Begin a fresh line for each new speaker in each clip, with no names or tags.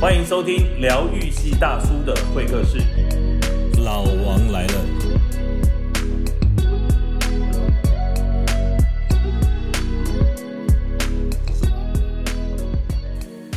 欢迎收听疗愈系大叔的会客室。
老王来了，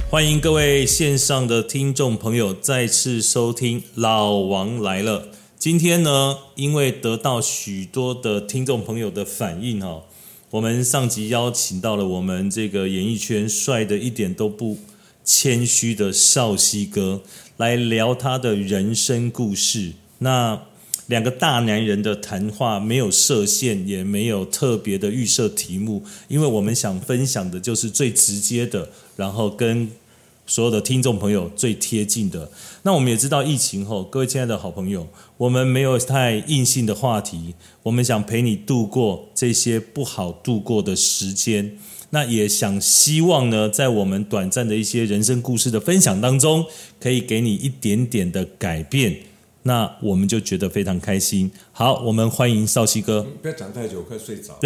欢迎各位线上的听众朋友再次收听《老王来了》。今天呢，因为得到许多的听众朋友的反应哦，我们上集邀请到了我们这个演艺圈帅的一点都不谦虚的少熙哥来聊他的人生故事。那两个大男人的谈话没有设限，也没有特别的预设题目，因为我们想分享的就是最直接的，然后跟所有的听众朋友最贴近的。那我们也知道疫情后，各位亲爱的好朋友，我们没有太硬性的话题，我们想陪你度过这些不好度过的时间。那也想希望呢，在我们短暂的一些人生故事的分享当中，可以给你一点点的改变。那我们就觉得非常开心。好，我们欢迎少熙哥。
不要讲太久，我 快睡着了。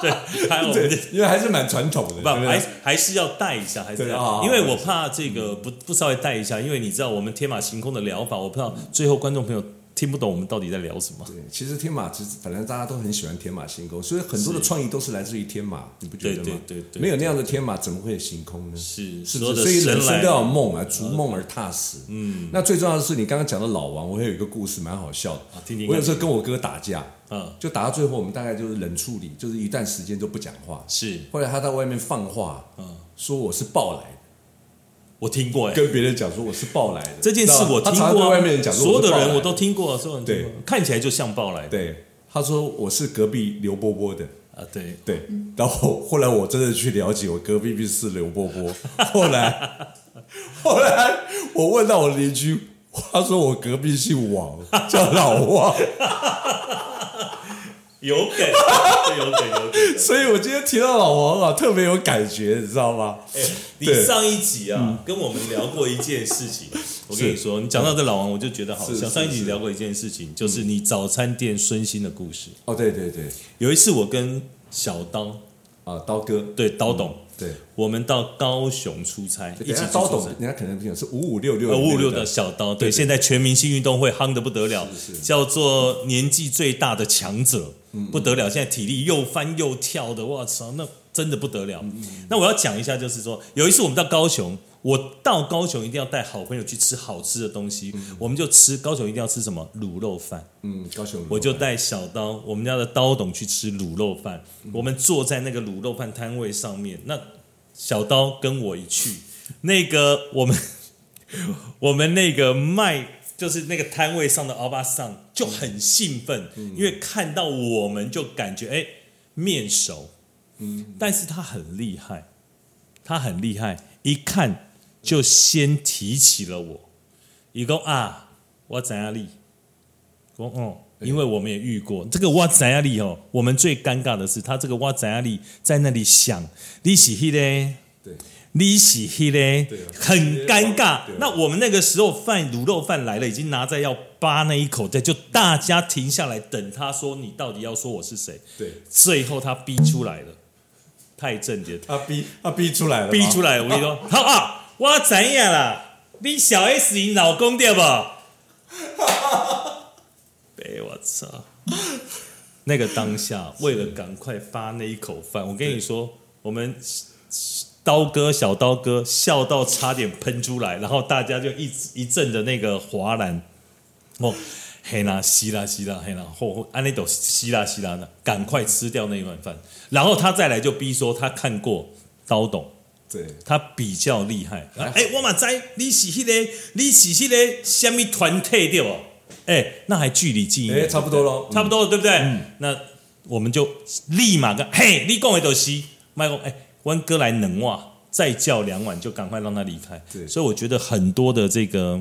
对，还有哦我们的
对，因为还是蛮传统的，
不，
对
还
对
还是要带一下，还是
对
要
哦，
因为我怕这个
嗯
不不稍微带一下，因为你知道我们天马行空的疗法，我不知道最后观众朋友听不懂我们到底在聊什么。
对其实天马其实本来大家都很喜欢天马行空，所以很多的创意都是来自于天马，你不觉得吗？
对对对对
没有那样的天马，怎么会有星空呢？
是
是
所有
不
的
是？所以人
神
生
来
都要有梦啊，逐梦而踏实。嗯，那最重要的是，你刚刚讲的老王，我还有一个故事蛮好笑的。
啊听听看
我有时候跟我哥打架，
嗯，
就打到最后，我们大概就是冷处理，就是一段时间就不讲话。
是，
后来他在外面放话，
嗯，
说我是抱来的。
我听过哎，
跟别人讲说我是抱来的
这件事我
知
听
道吗啊他常常
过啊，
对外面人讲说
所有的人我
是抱来
都听过，所有人听过
对
看起来就像爆来的
对，他说我是隔壁刘波波的，
啊，对，
对，然后后来我真的去了解，我隔壁是刘 波波，后来后来我问到我邻居，他说我隔壁姓王，叫老 王，
有梗，对有梗有 梗。
所以我今天提到老王啊，特别有感觉，你知道吗？
哎，你
对嗯
上一集啊，跟我们聊过一件事情。我跟你说，你讲到这老王，我就觉得好
是
像
是嗯
上一集
是
聊过一件事情，就是你早餐店孙兴的故事。
哦，对对对，
有一次我跟小刀，
啊，刀哥，
对刀董，
对，
我们到高雄出差，
嗯等
一
一
起
下
去
刀
出
董
差，
人家可能不讲是五五六
呃
六
五五六的小刀，对，
对对
现在全明星运动会夯的不得了，
是嗯是
叫做年纪最大的强者，不得了，现在体力又翻又跳的，我操，那真的不得
嗯
了。那我要讲一下，就是说有一次我们到高雄。我到高雄一定要带好朋友去吃好吃的东西，我们就吃高雄一定要吃什么卤肉饭，
嗯，高雄，
我就带小刀，我们家的刀董去吃卤肉饭。我们坐在那个卤肉饭摊位上面，那小刀跟我一去，那个我们我们那个卖就是那个摊位上的奥巴桑就很兴奋，因为看到我们就感觉哎面熟，但是他很厉害，他很厉害，一看就先提起了我，一共啊，我怎样力。我哦，因为我们也遇过这个哇仔亚力哦，我们最尴尬的是他这个哇仔亚力在那里想，你喜迄嘞，
对，
你喜迄嘞
对啊，
很尴尬
对啊。
那我们那个时候饭卤肉饭来了，已经拿在要扒那一口在，就大家停下来等他说你到底要说我是谁。
对，
最后他逼出来了，太正点，
他啊逼他逼出来了吗，
逼出来了。我跟你说， 好啊，我知影啦，你小 S 你老公对 不？哎，我操！那个当下，为了赶快发那一口饭，我跟你说，我们刀哥小刀哥笑到差点喷出来，然后大家就一一阵的那个哗然。哦，嘿啦西啦西啦嘿啦，后后安内斗西啦西啦呢，赶快吃掉那一碗饭。然后他再来就逼说他看过刀董，
对，
他比较厉 害。
还好
哎、我嘛知你是迄、个，你是迄个什么团体对不？哎、那还距离近一点，
哎，差不多喽，嗯
差不多了，对不对？那我们就立马跟嘿，你讲的都是，麦讲哎，弯哥来能哇，再叫两碗就赶快让他离开。
对
所以我觉得很多的这个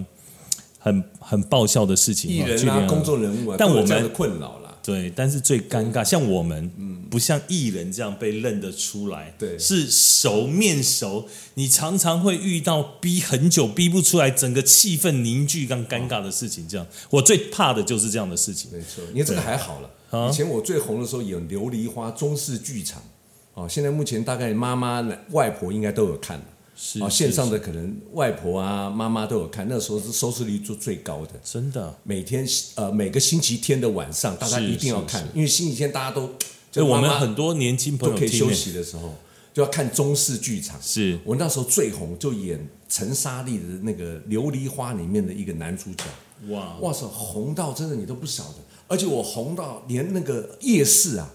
很很爆笑的事情，
艺
距
人
离很
啊，公众人物啊，
但
都有
我
这样
们
的困扰啦，
对，但是最尴尬，像我们，不像艺人这样被认得出来，
嗯对
是熟面熟，你常常会遇到逼很久逼不出来，整个气氛凝聚，更尴尬的事情。这样，我最怕的就是这样的事情。
没错，因为这个还好
啊
了。以前我最红的时候有《琉璃花》中式剧场，哦，现在目前大概妈妈、外婆应该都有看了。
是
啊，
是
线上的可能外婆啊、妈妈都有看，那时候是收视率最最高的。
真的。
每天呃每个星期天的晚上，大家
是
一定要
是
看
是，
因为星期天大家都
所以
就
哎我们
妈妈
很多年轻朋
都
友
可以
听
休
呢，
息的时候，就要看中式剧场。
是
我那时候最红就演陈莎莉的那个《琉璃花》里面的一个男主角，
哇，
哇塞，红到真的你都不晓得，而且我红到连那个夜市啊，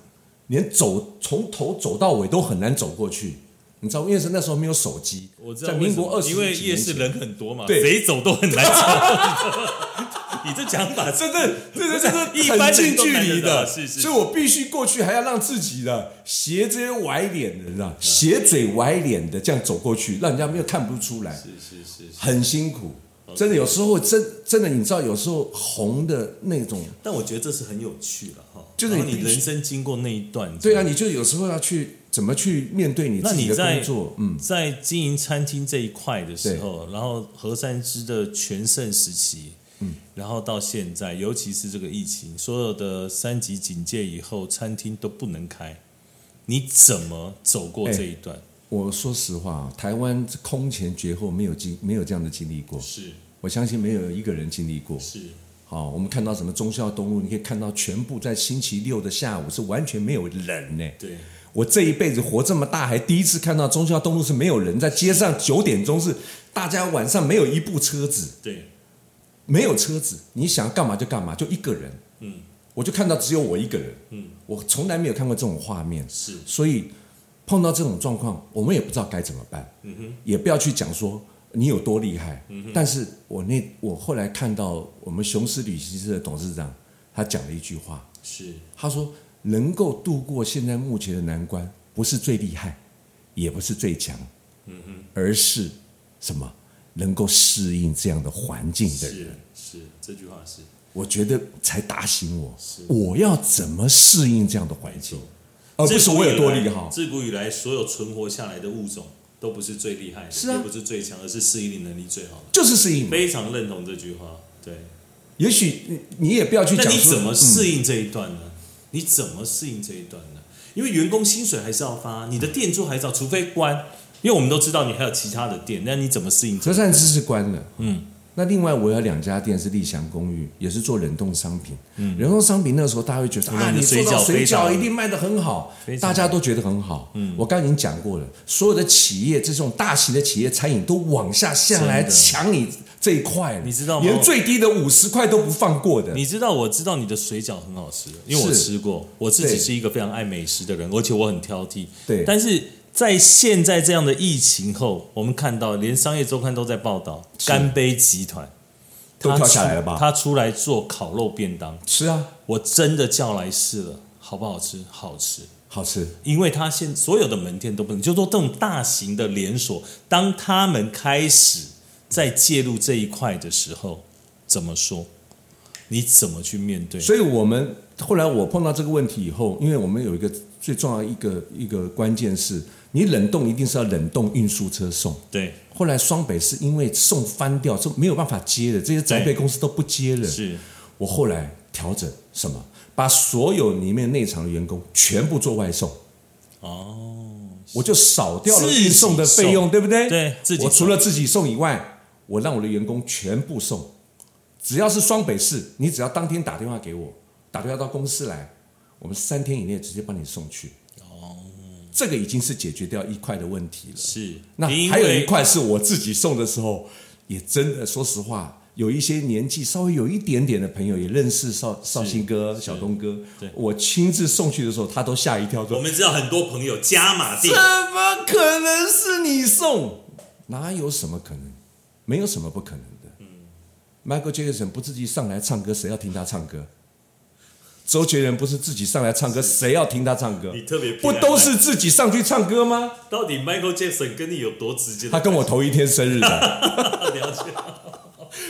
连走从头走到尾都很难走过去，你知道吗，因为是那时候没有手机，
我知道
在
为
民
什么
国二十
因为夜市
市
人很多嘛，
对
谁走都很难走。 你这讲法 真的，
这 个这个
一般人
很近距
都看
离
得到
的，
是是
所以我必须过去，还要让自己的斜着歪脸的，你知道，斜嘴歪脸的这样走过去，让人家没有看不出来，
是是是。
很辛苦。真的，有时候真真的，你知道，有时候红的那种，
但我觉得这是很有趣了哈，
就是
然
你
后你人生经过那一段，
对啊，，你就有时候要去怎么去面对你
那
自己
你
的
在
工作，嗯，
在经营餐厅这一块的时候，然后何善之的全盛时期，嗯，然后到现在，尤其是这个疫情，所有的三级警戒以后，餐厅都不能开，你怎么走过
哎
这一段？
我说实话，啊台湾空前绝后，没有经没有这样的经历过，
是
我相信没有一个人经历过。
是
好，我们看到什么忠孝东路，你可以看到全部在星期六的下午是完全没有人呢。
对，
我这一辈子活这么大，还第一次看到忠孝东路是没有人，在街上九点钟是大家晚上没有一部车子，
对，
没有车子，你想干嘛就干嘛，就一个人。
嗯，
我就看到只有我一个人。
嗯，
我从来没有看过这种画面，
是
所以碰到这种状况，我们也不知道该怎么办。
嗯哼，
也不要去讲说你有多厉害。
嗯
但是我那我后来看到我们雄狮旅行社的董事长，他讲了一句话，
是
他说：“能够度过现在目前的难关，不是最厉害，也不是最强，
嗯
而是什么？能够适应这样的环境的人。”
是是，这句话是
我觉得才打醒我
是，
我要怎么适应这样的环境，而不
自
是
古
我有
以
多
来
厉害。
自古以来，所有存活下来的物种都不是最厉害的，
是啊
也不是最强，而是适应能力最好的。
就是适应，
非常认同这句话，对。
也许你你也不要去
那
讲
你
说
怎么
嗯
适应这一段呢？你怎么适应这一段呢？因为员工薪水还是要发，你的店租还是要，除非关。因为我们都知道你还有其他的店，那你怎么适应这？
折扇知是关了，嗯。那另外我有两家店是丽祥公寓，也是做冷冻商品。嗯，冷冻商品那时候大家会觉得
我们
啊，
的
你做
水
到
饺
水
非常
饺一定卖得很好
非，常
大家都觉得很好。嗯，我刚刚已经讲过了，所有的企业这种大型的企业餐饮都往下下来
真的
抢你这一块了，
你知道吗
连最低的五十块都不放过的。
你知道，我知道你的水饺很好吃，因为我
是
吃过。我自己
对
是一个非常爱美食的人，而且我很挑剔。
对
但是在现在这样的疫情后，我们看到连商业周刊都在报道，
是
干杯集团
都
他
跳下
出
来了吧
他出来做烤肉便当，
吃啊，
我真的叫来试了，好不好吃？好吃。
好吃。
因为他现所有的门店都不能，就是说这种大型的连锁，当他们开始在介入这一块的时候，怎么说？你怎么去面对？
所以我们后来我碰到这个问题以后，因为我们有一个最重要的一个一个关键是，你冷冻一定是要冷冻运输车送。
对，
后来双北是因为送翻掉，就没有办法接了，这些宅配公司都不接了。
是
我后来调整什么？把所有里面内场的员工全部做外送，
哦，
我就少掉了
自己
运送的费用，对不对？
对自己送
我除了自己送以外，我让我的员工全部送，只要是双北市，你只要当天打电话给我，打电话到公司来，我们三天以内直接帮你送去。哦，这个已经是解决掉一块的问题了。
是。
那
因为
还有一块是我自己送的时候，也真的说实话，有一些年纪稍微有一点点的朋友也认识绍绍兴哥、小东哥
对，
我亲自送去的时候，他都吓一跳，
我
说
们知道很多朋友加码：“
怎
店，
么可能是你送？哪有什么可能？没有什么不可能的。Michael Jackson 不自己上来唱歌，谁要听他唱歌？周杰伦不是自己上来唱歌，谁要听他唱歌？
你特别偏
不
爱
都是自己上去唱歌吗？
到底 Michael Jackson 跟你有多直接？
他跟我同一天生日的。
了解，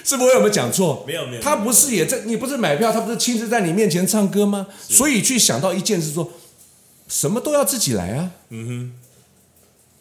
是不是我有没有讲错？
没有没有
他不是也在你不是买票，他不是亲自在你面前唱歌吗？所以去想到一件事说，什么都要自己来啊。嗯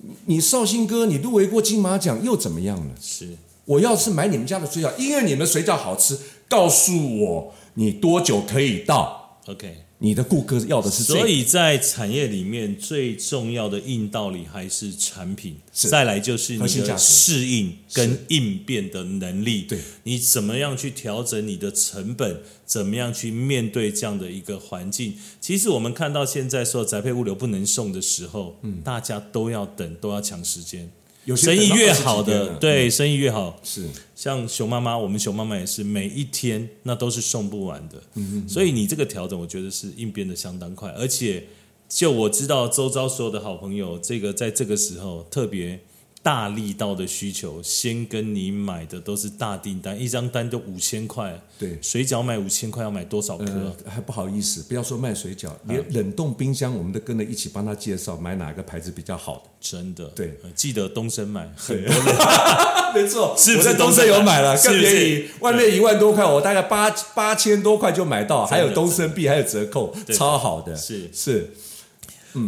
哼，你绍兴哥，你入围过金马奖又怎么样了？
是
我要是买你们家的水饺，因为你们水饺好吃，告诉我你多久可以到？
OK，
你的顾客要的是这
所
个。
以在产业里面最重要的硬道理还是产品，
是
再来就是
核
你
心价
的
值
适应跟应变的能力。
对，
你怎么样去调整你的成本？怎么样去面对这样的一个环境？其实我们看到现在所有宅配物流不能送的时候，嗯，大家都要等，都要抢时间。
有
生
些
意
等到
越
20几
好
天
的，
了嗯
对，生意越好，
是
像熊妈妈，我们熊妈妈也是每一天那都是送不完的，
嗯
所以你这个调整，我觉得是应变的相当快，而且就我知道周遭所有的好朋友，这个在这个时候特别大力道的需求，先跟你买的都是大订单，一张单就五千块，
对。
水饺买五千块要买多少颗啊、
呃，还不好意思，不要说卖水饺，连冷冻冰箱我们都跟着一起帮他介绍买哪个牌子比较好的。
真的，
对
呃记得东升买很
对
多人，
没错，
是不是
我在东森有买了，
是不
更
是
便宜
对，
外面一万多块，我大概八八千多块就买到，还有东森币，还有折扣，
对
超好的，
是
是。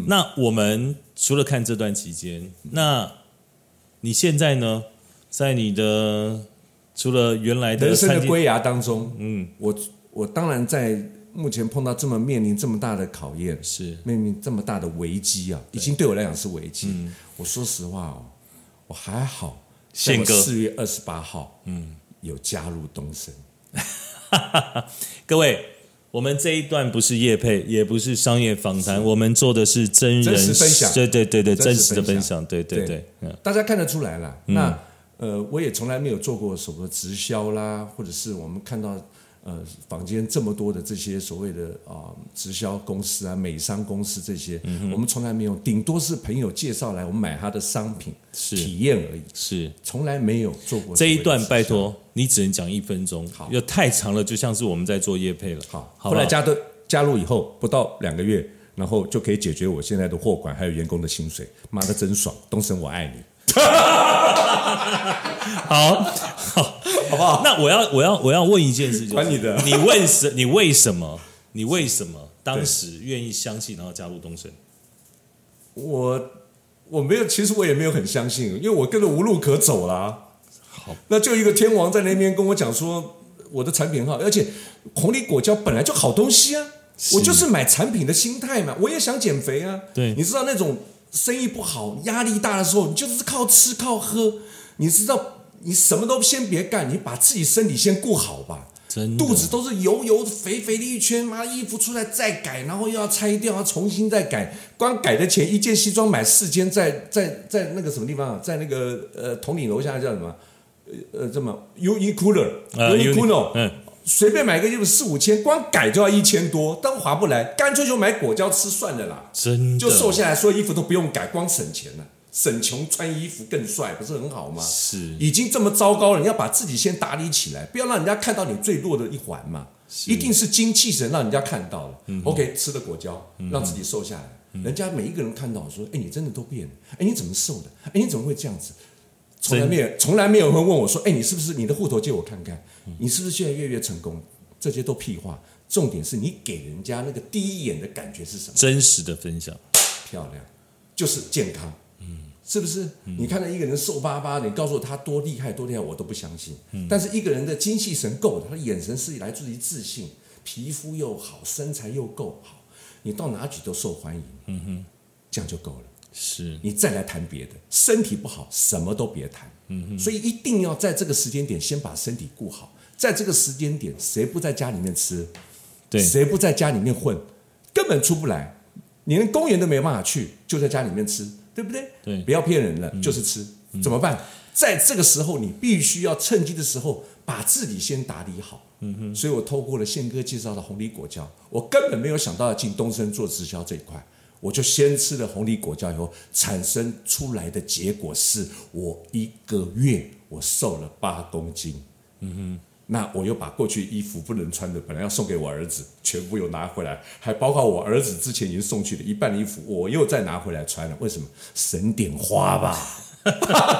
那我们除了看这段期间，那你现在呢，在你的除了原来的
人生
餐
的
厅，
归涯当中，嗯，我我当然在目前碰到这么面临这么大的考验，
是
面临这么大的危机啊，已经对我来讲是危机。
嗯
我说实话哦，我还好，
宪哥
四月二十八号，嗯，有加入东森，
各位，我们这一段不是业配，也不是商业访谈，我们做的是真人
真实分享
对对对对，真
真
实
实
的
分
分
享
享，对对
对
对，嗯，
大家看得出来了。那呃，我也从来没有做过什么直销啦，或者是我们看到呃坊间这么多的这些所谓的啊、直销公司啊、美商公司这些，
嗯
我们从来没有，顶多是朋友介绍来我们买他的商品
是
体验而已，
是
从来没有做过
这一
所谓
段
的直销
拜。托你只能讲一分钟
好，
又太长了，就像是我们在做业配了，
好，
好
后
不好
来加的加入以后不到两个月，然后就可以解决我现在的货款还有员工的薪水，妈的真爽！东升我爱你，
好 好。
好不好？
那我要我要我要问一件事情，
管你的
你问什？你为什么？你为什么当时愿意相信，然后加入东升？
我我没有，其实我也没有很相信，因为我根本无路可走啦。
好，
那就一个天王在那边跟我讲说我的产品很好，而且红梨果胶本来就好东西啊，我就是买产品的心态嘛，我也想减肥啊。
对
你知道那种生意不好、压力大的时候，你就是靠吃靠喝，你知道你什么都先别干，你把自己身体先顾好吧。
真的
肚子都是油油肥肥的一圈，妈衣服出来再改，然后又要拆掉，要重新再改。光改的钱，一件西装买四件，在在在那个什么地方啊，在那个呃统领楼下叫什么？呃呃，这么 U E Cooler，
呃
U E Cooler，
嗯，
随便买个衣服四五千，光改就要一千多，当划不来，干脆就买果胶吃算了啦，
真的
就瘦下来，所有衣服都不用改，光省钱了。省穷穿衣服更帅，不是很好吗？
是
已经这么糟糕了，你要把自己先打理起来，不要让人家看到你最弱的一环嘛。一定是精气神让人家看到了。OK，吃了果胶，让自己瘦下来，人家每一个人看到说：“哎，你真的都变了，哎，你怎么瘦的？哎，你怎么会这样子？”从来没有，从来没有人会问我说：“哎，你是不是你的户头借我看看？你是不是现在越来越成功？”这些都屁话，重点是你给人家那个第一眼的感觉是什么？
真实的分享，
漂亮，就是健康，嗯，是不是？你看到一个人瘦巴巴的，你告诉我他多厉害多厉害，我都不相信。但是一个人的精气神够了，他的眼神是来自于自信，皮肤又好，身材又够好，你到哪里都受欢迎，嗯哼，这样就够了。
是
你再来谈别的，身体不好什么都别谈，嗯哼，所以一定要在这个时间点先把身体顾好。在这个时间点，谁不在家里面吃，
对，
谁不在家里面混，根本出不来，你连公园都没办法去，就在家里面吃，对不对？嗯
对
不要骗人了，就是吃，怎么办？在这个时候，你必须要趁机的时候把自己先打理好。嗯哼，所以我透过了宪哥介绍的红梨果胶，我根本没有想到要进东升做直销这一块，我就先吃了红梨果胶以后，产生出来的结果是我一个月我瘦了八公斤。那我又把过去衣服不能穿的，本来要送给我儿子，全部又拿回来，还包括我儿子之前已经送去的一半的衣服，我又再拿回来穿了。为什么？省点花吧，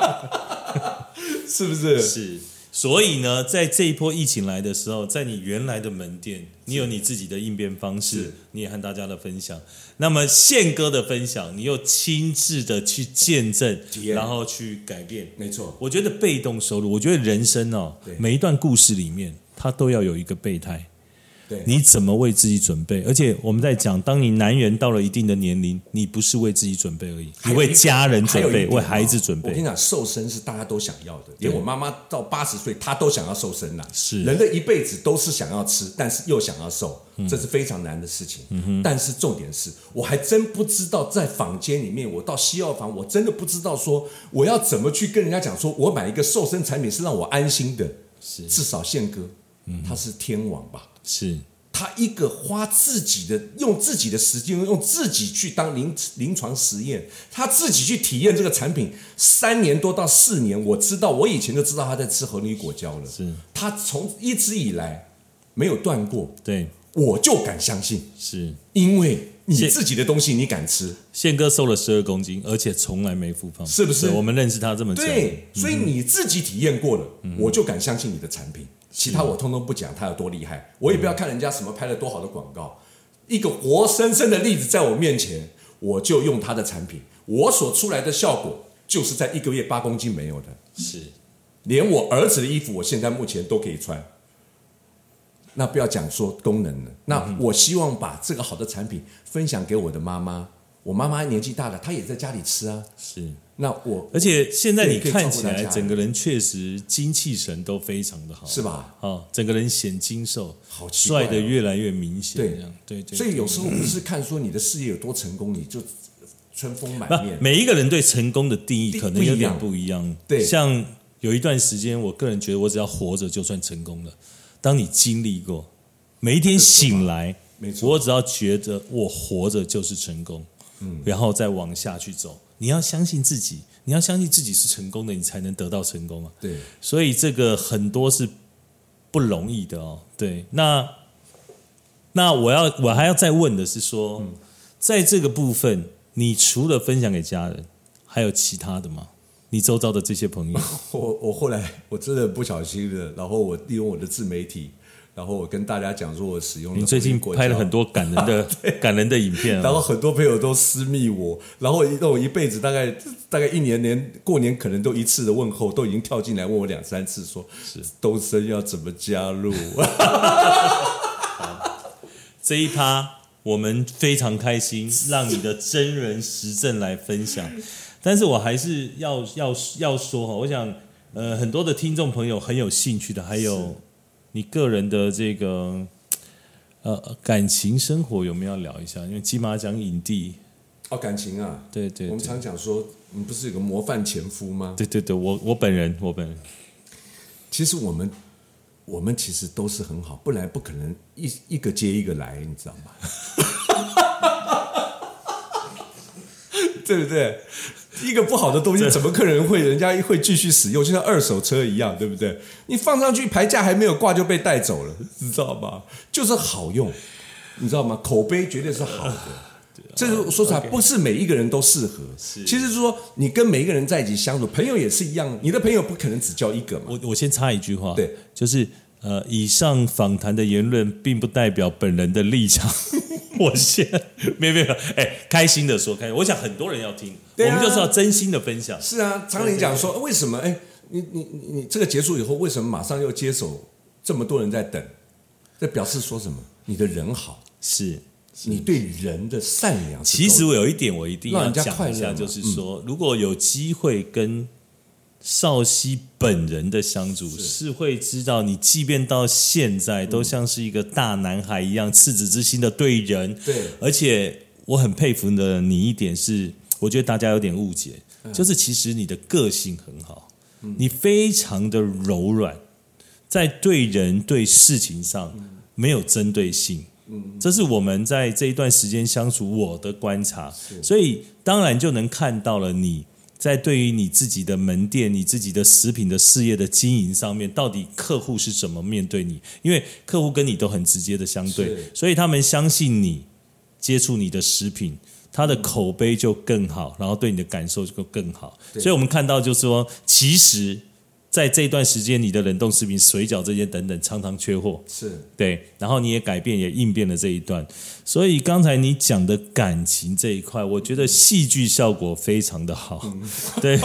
是不是？
是。所以呢，在这一波疫情来的时候，在你原来的门店，你有你自己的应变方式
是，
你也和大家的分享。那么宪哥的分享，你又亲自的去见证
体，验
然后去改变。
没错，
我觉得被动收入，我觉得人生哦
对，
每一段故事里面，它都要有一个备胎。
对
你怎么为自己准备？而且我们在讲，当你男人到了一定的年龄，你不是为自己准备而已，
还
你
有一
为家人
还有
准
一
备，
点
为
哦
孩子准
我跟你
备。
讲，瘦身是大家都想要的，
对
连我妈妈到八十岁，她都想要瘦身啦。
是
人的一辈子都是想要吃，但是又想要瘦，
嗯
这是非常难的事情。但是重点是，我还真不知道在坊间里面，我到西药房，我真的不知道说我要怎么去跟人家讲，说我买一个瘦身产品是让我安心的。
是嗯
至少宪哥，他是天王吧？
是，
他一个花自己的用自己的时间，用自己去当临临床实验，他自己去体验这个产品，三年多到四年，我知道，我以前就知道他在吃和女果胶了。
是，
他从一直以来没有断过，
对，
我就敢相信，
是。
因为你
是
自己的东西你敢吃，
宪哥瘦了十二公斤，而且从来没复胖，
是不是
对我们认识他这么久，
对，所以你自己体验过了，我就敢相信你的产品。其他我通通不讲，它有多厉害，我也不要看人家什么拍了多好的广告。一个活生生的例子在我面前，我就用它的产品，我所出来的效果就是在一个月八公斤没有的，
是
连我儿子的衣服我现在目前都可以穿。那不要讲说功能了，那我希望把这个好的产品分享给我的妈妈。我妈妈年纪大了，她也在家里吃啊。
是。
那我
而且现在你
对可以
看
照顾
起
大
来，
家
整个人确实精气神都非常的好，
是吧？
哦，整个人显精瘦，
好奇怪哦
帅的越来越明显，
对
这样对对。
所以有时候不是看说你的事业有多成功，你就春风满
那
面。
每一个人对成功的定义可能有点不一样，
对
像有一段时间，我个人觉得我只要活着就算成功了。当你经历过，每一天醒来，
没错
我只要觉得我活着就是成功，嗯，然后再往下去走。你要相信自己，你要相信自己是成功的，你才能得到成功啊。
对，
所以这个很多是不容易的哦。对，那那我要我还要再问的是说，在这个部分，你除了分享给家人，还有其他的吗？你周遭的这些朋友，
我我后来我真的不小心了，然后我利用我的自媒体，然后我跟大家讲说我使用了
你最近
果胶
拍了很，多感人的、感人的影片、
然
哦，
后很多朋友都私密我，然后让我一辈子大概大概一年连过年可能都一次的问候，都已经跳进来问我两三次说，是东升要怎么 加入？
这一趴我们非常开 心，让你的真人实证来分享。但是我还是要要要说哈，我想呃很多的听众朋友很有兴趣的，还有你个人的这个呃感情生活有没有要聊一下？因为金马奖影帝，
哦，感情啊，
对对
我们
对
常讲说，你不是有个模范前夫吗？
对对对，我我本人我本人
其实我们我们其实都是很好，不然不可能一一个接一个来，你知道吗？ 对不对？一个不好的东西，怎么可能会人家会继续使用？就像二手车一样，对不对？你放上去牌价还没有挂就被带走了，你知道吗？就是好用，你知道吗？口碑绝对是好的。这是说出来，不是每一个人都适合。其实是说，你跟每一个人在一起相处，朋友也是一样，你的朋友不可能只交一个嘛。
我我先插一句话，
对，
就是呃，以上访谈的言论并不代表本人的立 场。我先没有没有，哎，开心的说开心，我想很多人要听，
对啊
我们就是要真心的分享。
是啊，常理讲说，为什么？哎，你你你你这个结束以后，为什么马上又接手这么多人在等？这表示说什么？你的人好，
是，
你对人的善良是够
其
的。
实我有一点我一定
让
要
人家
讲
快
一
乐
下，
嘛嗯
就是说，如果有机会跟少熙本人的相处，是会知道你，即便到现在都像是一个大男孩一样，赤子之心的对人。
对
而且我很佩服的你一点是，我觉得大家有点误解，就是其实你的个性很好，你非常的柔软，在对人对事情上没有针对性。这是我们在这一段时间相处我的观察，所以当然就能看到了你在对于你自己的门店、你自己的食品的事业的经营上面，到底客户是怎么面对你？因为客户跟你都很直接的相对
是，
所以他们相信你，接触你的食品。他的口碑就更好，然后对你的感受就更好。
对
所以我们看到，就是说，其实在这段时间，你的冷冻食品、水饺这些等等，常常缺货。
是
对，然后你也改变也应变了这一段，所以刚才你讲的感情这一块，我觉得戏剧效果非常的好。
嗯
对，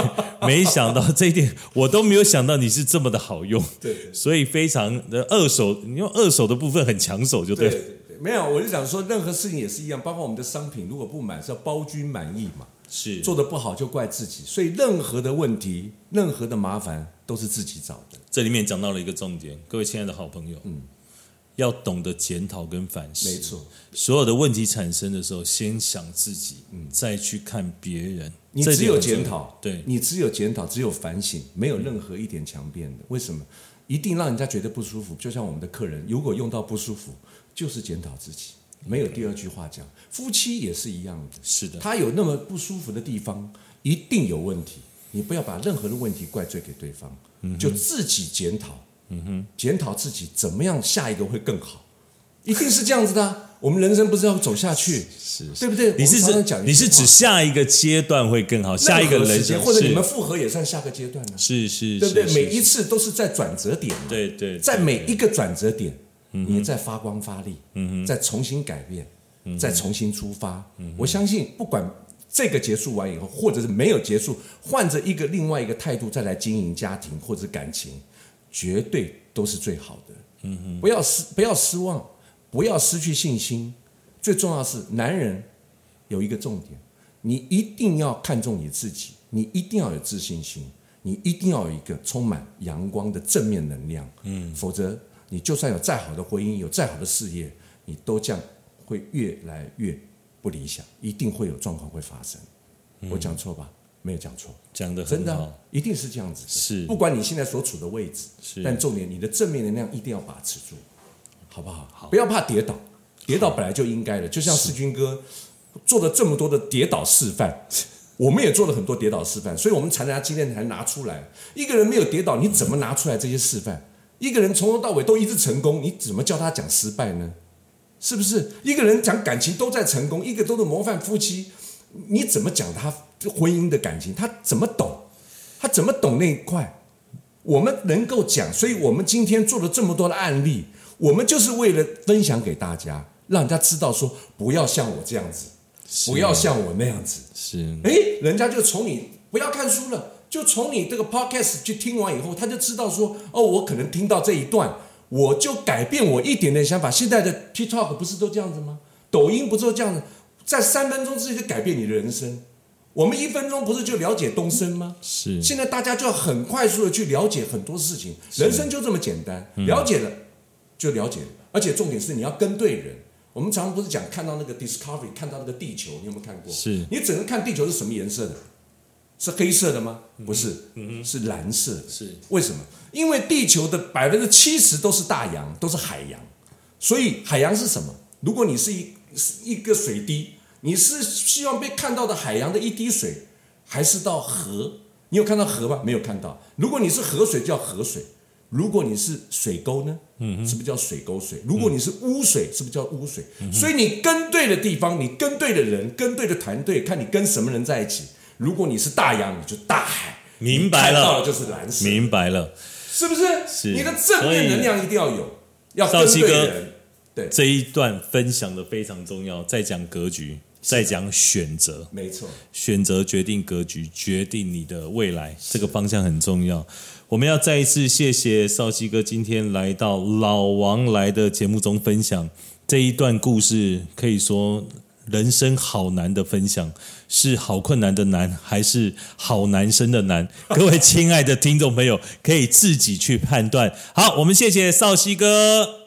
没想到这一点，我都没有想到你是这么的好用，
对对
所以非常的二手，你用二手的部分很抢手，就对
对
了。
对对，没有，我就想说，任何事情也是一样，包括我们的商品，如果不满是要包君满意嘛，
是
做的不好就怪自己，所以任何的问题、任何的麻烦都是自己找的。
这里面讲到了一个重点，各位亲爱的好朋友，嗯，要懂得检讨跟反思。
没错，
所有的问题产生的时候，先想自己，嗯，再去看别人。
你
这
只
点
有
很重要
检讨，
对，
你只有检讨，只有反省，没有任何一点强辩的。为什么？一定让人家觉得不舒服。就像我们的客人，如果用到不舒服，就是检讨自己，没有第二句话讲。夫妻也是一样的，
是的，
他有那么不舒服的地方，一定有问题。你不要把任何的问题怪罪给对方，
嗯
就自己检讨，检讨自己怎么样下一个会更好，一定是这样子的啊、我们人生不是要走下去，
是
对不对？
你是
我们常常
指
讲一句
你是指
话
下一个阶段会更好，下一个
任何
人
时间
生
或者你
是
们复合也算下个阶段呢、
是是，
对不对
是？
每一
是
次都是在转折点嘛，
对对，
在
对
每一个转折点，
嗯
你在发光发力，再重新改变，
嗯
再重新出发。我相信，不管这个结束完以后，或者是没有结束，换着一个另外一个态度再来经营家庭或者是感情，绝对都是最好的。不要失不要失望，不要失去信心。最重要的是，男人有一个重点，你一定要看重你自己，你一定要有自信心，你一定要有一个充满阳光的正面能量。嗯，否则你就算有再好的婚姻，有再好的事业，你都这样会越来越不理想，一定会有状况会发生。我讲错吧？没有讲错，
讲嗯的
真
很
的
好
啊，一定是这样子的。
是
不管你现在所处的位置，
是
但重点你的正面能量一定要把持住，好不好？不要怕跌倒，跌倒本来就应该的。就像世军哥做了这么多的跌倒示范，我们也做了很多跌倒示范，所以我们才拿今天才拿出来。一个人没有跌倒，你怎么拿出来这些示范？一个人从头到尾都一直成功，你怎么叫他讲失败呢？是不是？一个人讲感情都在成功，一个都是模范夫妻，你怎么讲他婚姻的感情？他怎么懂？他怎么懂那一块？我们能够讲，所以我们今天做了这么多的案例，我们就是为了分享给大家，让人家知道说，不要像我这样子，
是
不要像我那样子。
是
诶，人家就从你不要看书了，就从你这个 podcast 去听完以后，他就知道说，哦，我可能听到这一段，我就改变我一点点想法。现在的 TikTok 不是都这样子吗？抖音不是都这样子？在三分钟之内就改变你的人生。我们一分钟不是就了解东升吗？
是
现在大家就要很快速的去了解很多事情，人生就这么简单，
嗯
了解了就了解了，而且重点是你要跟对人。我们常常不是讲看到那个 Discovery，看到那个地球，你有没有看过？
是
你整个看地球是什么颜色的？是黑色的吗？不是，是蓝色的。
嗯是
为什么？因为地球的百分之七十都是大洋，都是海洋，所以海洋是什么？如果你是一是一个水滴，你是希望被看到的海洋的一滴水，还是到河？你有看到河吗？没有看到。如果你是河水，叫河水；如果你是水沟呢？嗯，是不是叫水沟水？如果你是污水，是不是叫污水？
嗯
所以你跟对的地方，你跟对的人，跟对的团队，看你跟什么人在一起。如果你是大洋，你就大海。
明白
你看到
了，
的就是蓝色。
明白了。
是不是？
是
你的正面能量一定要有，要跟
少奇
对
哥
人。对，
这一段分享的非常重要，再讲格局，再讲选择。
没错，
选择决定格局，决定你的未来，这个方向很重要。我们要再一次谢谢少熙哥今天来到老王来的节目中分享这一段故事，可以说人生好难的分享，是好困难的难，还是好男生的难？ 各位亲爱的听众朋友，可以自己去判断。好，我们谢谢少熙哥。